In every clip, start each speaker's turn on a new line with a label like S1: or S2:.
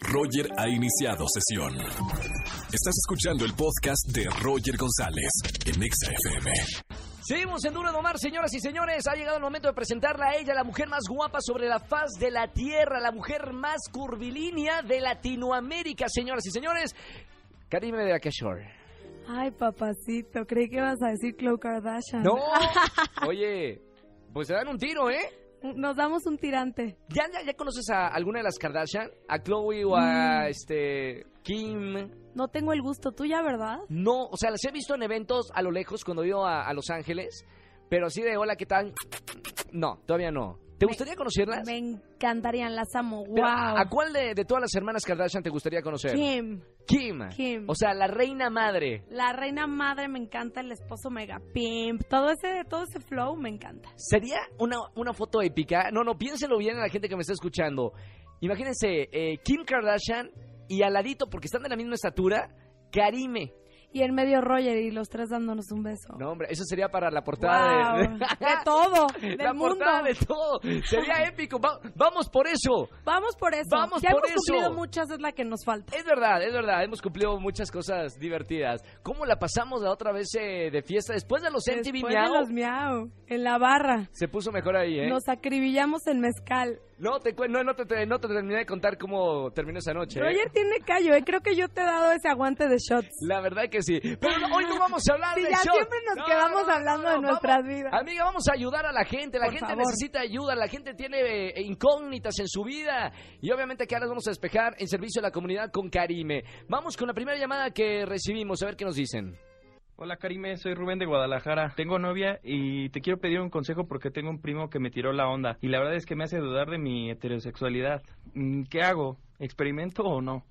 S1: Roger ha iniciado sesión. Estás escuchando el podcast de Roger González en Exa FM.
S2: Seguimos en Duro de Omar, señoras y señores. Ha llegado el momento de presentarla a ella, la mujer más guapa sobre la faz de la tierra, la mujer más curvilínea de Latinoamérica, señoras y señores. Karime de Akashore.
S3: Ay, papacito, creí que ibas a decir Khloe Kardashian.
S2: No. Oye, pues se dan un tiro, ¿eh?
S3: Nos damos un tirante.
S2: ¿Ya, ya, ya conoces a alguna de las Kardashian? ¿A Chloe o a este, Kim?
S3: No tengo el gusto tuya, ¿verdad?
S2: No, o sea, las he visto en eventos a lo lejos cuando he ido a, a Los Ángeles, pero así de hola, ¿qué tal? No, todavía no. ¿Te
S3: Me-
S2: gustaría conocerlas?
S3: Me encantarían, las amo.
S2: Pero,
S3: Wow.
S2: ¿A cuál de, de todas las hermanas Kardashian te gustaría conocer?
S3: Kim,
S2: Kim.
S3: Kim.
S2: O sea, la reina madre.
S3: la reina madre me encanta, el esposo mega pimp, todo ese, todo ese flow me encanta.
S2: ¿Sería una, una foto épica? No, no, piénselo bien a la gente que me está escuchando. Imagínense, eh, Kim Kardashian y Aladito, porque están de la misma estatura, Karime.
S3: Y en medio Roger y los tres dándonos un beso.
S2: No, hombre, eso sería para la portada
S3: Wow.
S2: de...
S3: De... todo, del
S2: la
S3: mundo.
S2: portada de todo. Sería épico. Va- vamos por eso.
S3: Vamos por eso.
S2: Vamos
S3: ya
S2: por
S3: hemos cumplido
S2: eso.
S3: muchas, es la que nos falta.
S2: Es verdad, es verdad. Hemos cumplido muchas cosas divertidas. ¿Cómo la pasamos la otra vez eh, de fiesta? Después de los MTV
S3: Después
S2: Miau,
S3: de los miau, en la barra.
S2: se puso mejor ahí, ¿eh?
S3: Nos acribillamos en mezcal.
S2: No, te, cuen- no, no, te, te- no te terminé de contar cómo terminó esa noche. ¿eh?
S3: Roger tiene callo, ¿eh? creo que yo te he dado ese aguante de shots.
S2: La verdad que sí. Pero no, hoy no vamos a hablar
S3: Sí,
S2: de
S3: ya
S2: shots.
S3: siempre nos quedamos hablando de nuestras
S2: vamos-
S3: vidas.
S2: Amiga, vamos a ayudar a la gente. La
S3: Por
S2: gente
S3: favor.
S2: necesita ayuda. La gente tiene eh, incógnitas en su vida. Y obviamente que ahora las vamos a despejar en servicio a la comunidad con Karime. Vamos con la primera llamada que recibimos. A ver qué nos dicen.
S4: Hola Karime, soy Rubén de Guadalajara. Tengo novia y te quiero pedir un consejo porque tengo un primo que me tiró la onda y la verdad es que me hace dudar de mi heterosexualidad. Mm, ¿Qué hago? ¿Experimento o no?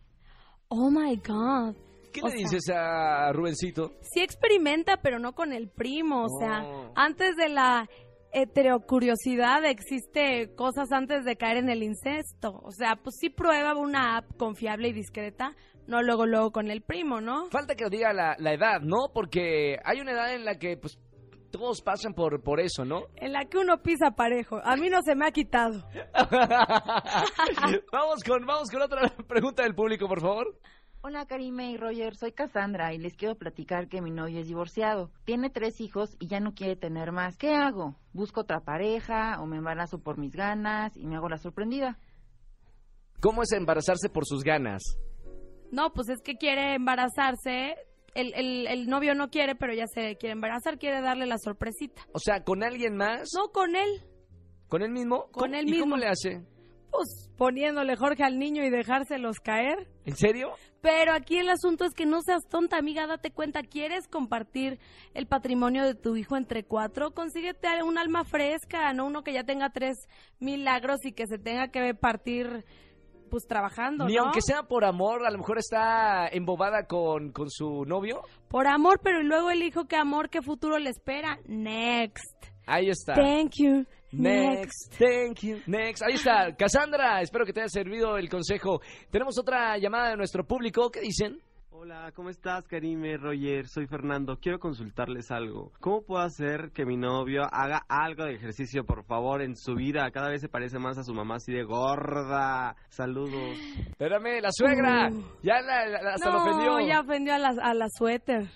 S3: Oh my god.
S2: ¿Qué
S3: O
S2: le
S3: sea,
S2: dices a Rubencito?
S3: Sí experimenta, pero no con el primo, o sea,
S2: No.
S3: antes de la heterocuriosidad existe cosas antes de caer en el incesto. O sea, pues sí prueba una app confiable y discreta, no luego luego con el primo, ¿no?
S2: Falta que nos diga la, la edad, ¿no? Porque hay una edad en la que, pues, todos pasan por, por eso, ¿no?
S3: En la que uno pisa parejo. A mí no se me ha quitado.
S2: vamos, con, vamos con otra pregunta del público, por favor.
S5: Hola Karime y Roger, soy Cassandra y les quiero platicar que mi novio es divorciado. Tiene tres hijos y ya no quiere tener más. ¿Qué hago? ¿Busco otra pareja o me embarazo por mis ganas y me hago la sorprendida?
S2: ¿Cómo es embarazarse por sus ganas?
S3: No, pues es que quiere embarazarse. El, el- el novio no quiere, pero ya se quiere embarazar, quiere darle la sorpresita.
S2: O sea, ¿con alguien más?
S3: No con él,
S2: ¿Con él mismo?
S3: Con
S2: ¿Cómo-
S3: él
S2: ¿Y cómo
S3: mismo.
S2: le hace?
S3: pues poniéndole Jorge al niño y dejárselos caer.
S2: ¿En serio?
S3: Pero aquí el asunto es que no seas tonta, amiga, date cuenta, ¿quieres compartir el patrimonio de tu hijo entre cuatro? Consíguete a un alma fresca, no uno que ya tenga tres milagros y que se tenga que partir pues trabajando,
S2: Ni
S3: ¿no?
S2: aunque sea por amor, a lo mejor está embobada con, con su novio.
S3: Por amor, pero y luego el hijo, qué amor, qué futuro le espera. Next.
S2: Ahí está.
S3: Thank you.
S2: Next, thank you, next. Ahí está, Cassandra. Espero que te haya servido el consejo. Tenemos otra llamada de nuestro público. ¿Qué dicen?
S6: Hola, ¿cómo estás, Karime, Roger? Soy Fernando. Quiero consultarles algo. ¿Cómo puedo hacer que mi novio haga algo de ejercicio, por favor, en su vida? Cada vez se parece más a su mamá así de gorda. Saludos.
S2: Espérame, la suegra.
S3: Uh.
S2: Ya la- la- hasta
S3: no,
S2: lo ofendió.
S3: ya ofendió a la, a la suéter.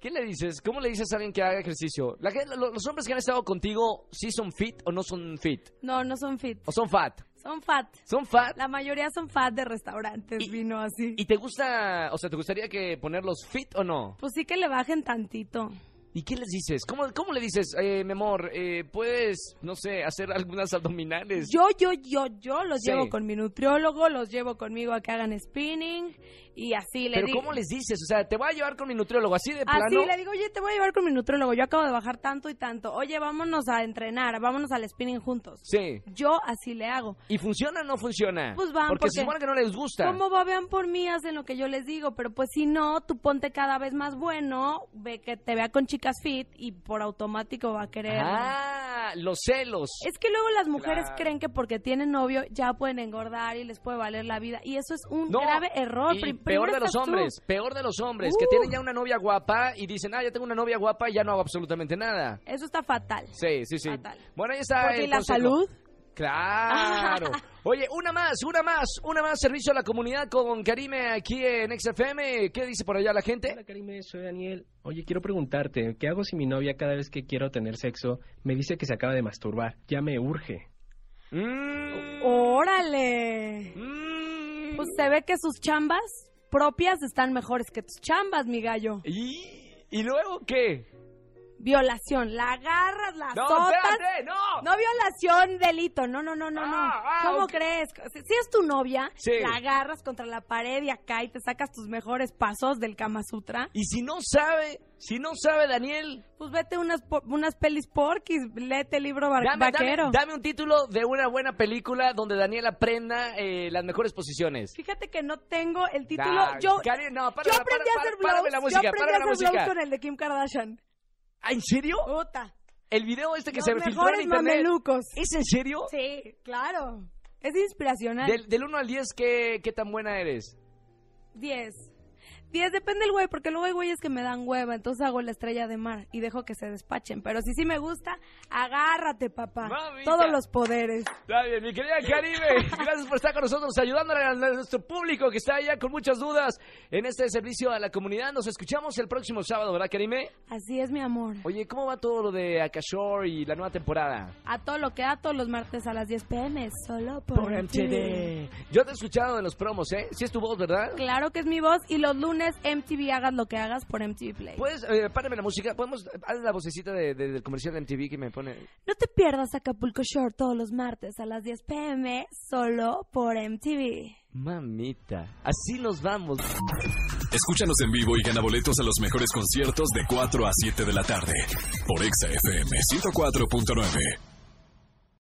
S2: ¿Qué le dices? ¿Cómo le dices a alguien que haga ejercicio? La gente- lo- los hombres que han estado contigo, ¿sí son fit o no son fit?
S3: No, no son fit.
S2: ¿O son fat?
S3: Son fat.
S2: ¿Son fat?
S3: La mayoría son fat de restaurantes,
S2: Y-
S3: vino así.
S2: ¿Y te gusta, o sea, te gustaría que ponerlos fit o no?
S3: pues sí que le bajen tantito.
S2: ¿Y qué les dices? ¿Cómo, cómo le dices, eh, mi amor, eh, puedes, no sé, hacer algunas abdominales?
S3: Yo, yo, yo, yo los
S2: Sí.
S3: llevo con mi nutriólogo, los llevo conmigo a que hagan spinning y así le
S2: Pero
S3: digo.
S2: ¿cómo les dices? O sea, te voy a llevar con mi nutriólogo, así de
S3: Así
S2: plano.
S3: le digo, oye, te voy a llevar con mi nutriólogo, yo acabo de bajar tanto y tanto. Oye, vámonos a entrenar, vámonos al spinning juntos.
S2: Sí.
S3: Yo así le hago.
S2: ¿Y funciona o no funciona?
S3: Pues van,
S2: porque se
S3: porque-
S2: supone que no les gusta.
S3: Como babean por mí, hacen lo que yo les digo, pero pues si no, tú ponte cada vez más bueno, ve que te vea con chicas fit y por automático va a querer.
S2: Ah, los celos.
S3: Es que luego las mujeres
S2: Claro.
S3: creen que porque tienen novio ya pueden engordar y les puede valer la vida. Y eso es un
S2: No,
S3: grave error.
S2: y
S3: Pri-
S2: peor
S3: primero
S2: de los
S3: estás tú.
S2: hombres, peor de los hombres, que
S3: Uh.
S2: tienen ya una novia guapa y dicen, ah, ya tengo una novia guapa y ya no hago absolutamente nada.
S3: Eso está fatal.
S2: Sí, sí, sí.
S3: Fatal.
S2: Bueno, ahí está.
S3: Porque
S2: el
S3: la
S2: consejo.
S3: salud,
S2: Claro. Oye, una más, una más, una más. Servicio a la comunidad con Karime aquí en XFM. ¿Qué dice por allá la gente?
S7: Hola Karime, soy Daniel. Oye, quiero preguntarte, ¿qué hago si mi novia cada vez que quiero tener sexo me dice que se acaba de masturbar? Ya me urge.
S2: Mm,
S3: Órale.
S2: mm.
S3: Pues se ve que sus chambas propias están mejores que tus chambas, mi gallo.
S2: ¿Y, ¿Y luego qué?
S3: Violación, la agarras, la
S2: No,
S3: azotas.
S2: espérate, no.
S3: No violación, delito, no, no, no, no, no.
S2: Ah, ah,
S3: ¿Cómo
S2: ok.
S3: crees? Si, si es tu novia,
S2: Sí.
S3: la agarras contra la pared y acá y te sacas tus mejores pasos del Kama Sutra.
S2: Y si no sabe, si no sabe Daniel,
S3: Pues vete unas po- unas pelis porquis, léete el libro va-
S2: dame, dame-
S3: vaquero.
S2: dame un título de una buena película donde Daniel aprenda eh, las mejores posiciones.
S3: Fíjate que no tengo el título.
S2: Nah,
S3: yo
S2: Karen, no, párala,
S3: yo
S2: párala,
S3: aprendí a hacer
S2: párala, párame
S3: blogs.
S2: la música,
S3: yo aprendí
S2: párame
S3: a
S2: la
S3: hacer
S2: música.
S3: blogs con el de Kim Kardashian.
S2: Ah, ¿En serio?
S3: Puta.
S2: El video este que
S3: Los
S2: se filtró en
S3: mejores
S2: internet.
S3: mamelucos.
S2: ¿Es en serio?
S3: Sí, claro. Es inspiracional.
S2: Del, del 1 al 10, ¿qué, ¿qué tan buena eres?
S3: 10. 10 depende del güey, porque luego hay güeyes que me dan hueva, entonces hago la estrella de mar y dejo que se despachen. Pero si sí me gusta, agárrate, papá.
S2: Mamita.
S3: Todos los poderes.
S2: Está bien, mi querida Caribe, gracias por estar con nosotros, ayudándole a nuestro público que está allá con muchas dudas en este servicio a la comunidad. Nos escuchamos el próximo sábado, ¿verdad, Karime?
S3: Así es, mi amor.
S2: Oye, ¿cómo va todo lo de Akashore y la nueva temporada?
S3: A todo lo que da todos los martes a las 10 pm, solo por, MTV.
S2: Yo te he escuchado en los promos, ¿eh? Sí es tu voz, ¿verdad?
S3: Claro que es mi voz y los lunes MTV hagas lo que hagas por MTV Play.
S2: Puedes, eh, párame la música, podemos, haz la vocecita de- de- del comercial de MTV que me pone...
S3: No te pierdas Acapulco Shore todos los martes a las 10 pm, solo por MTV.
S2: Mamita, así nos vamos.
S1: Escúchanos en vivo y gana boletos a los mejores conciertos de 4 a 7 de la tarde por Exa FM 104.9.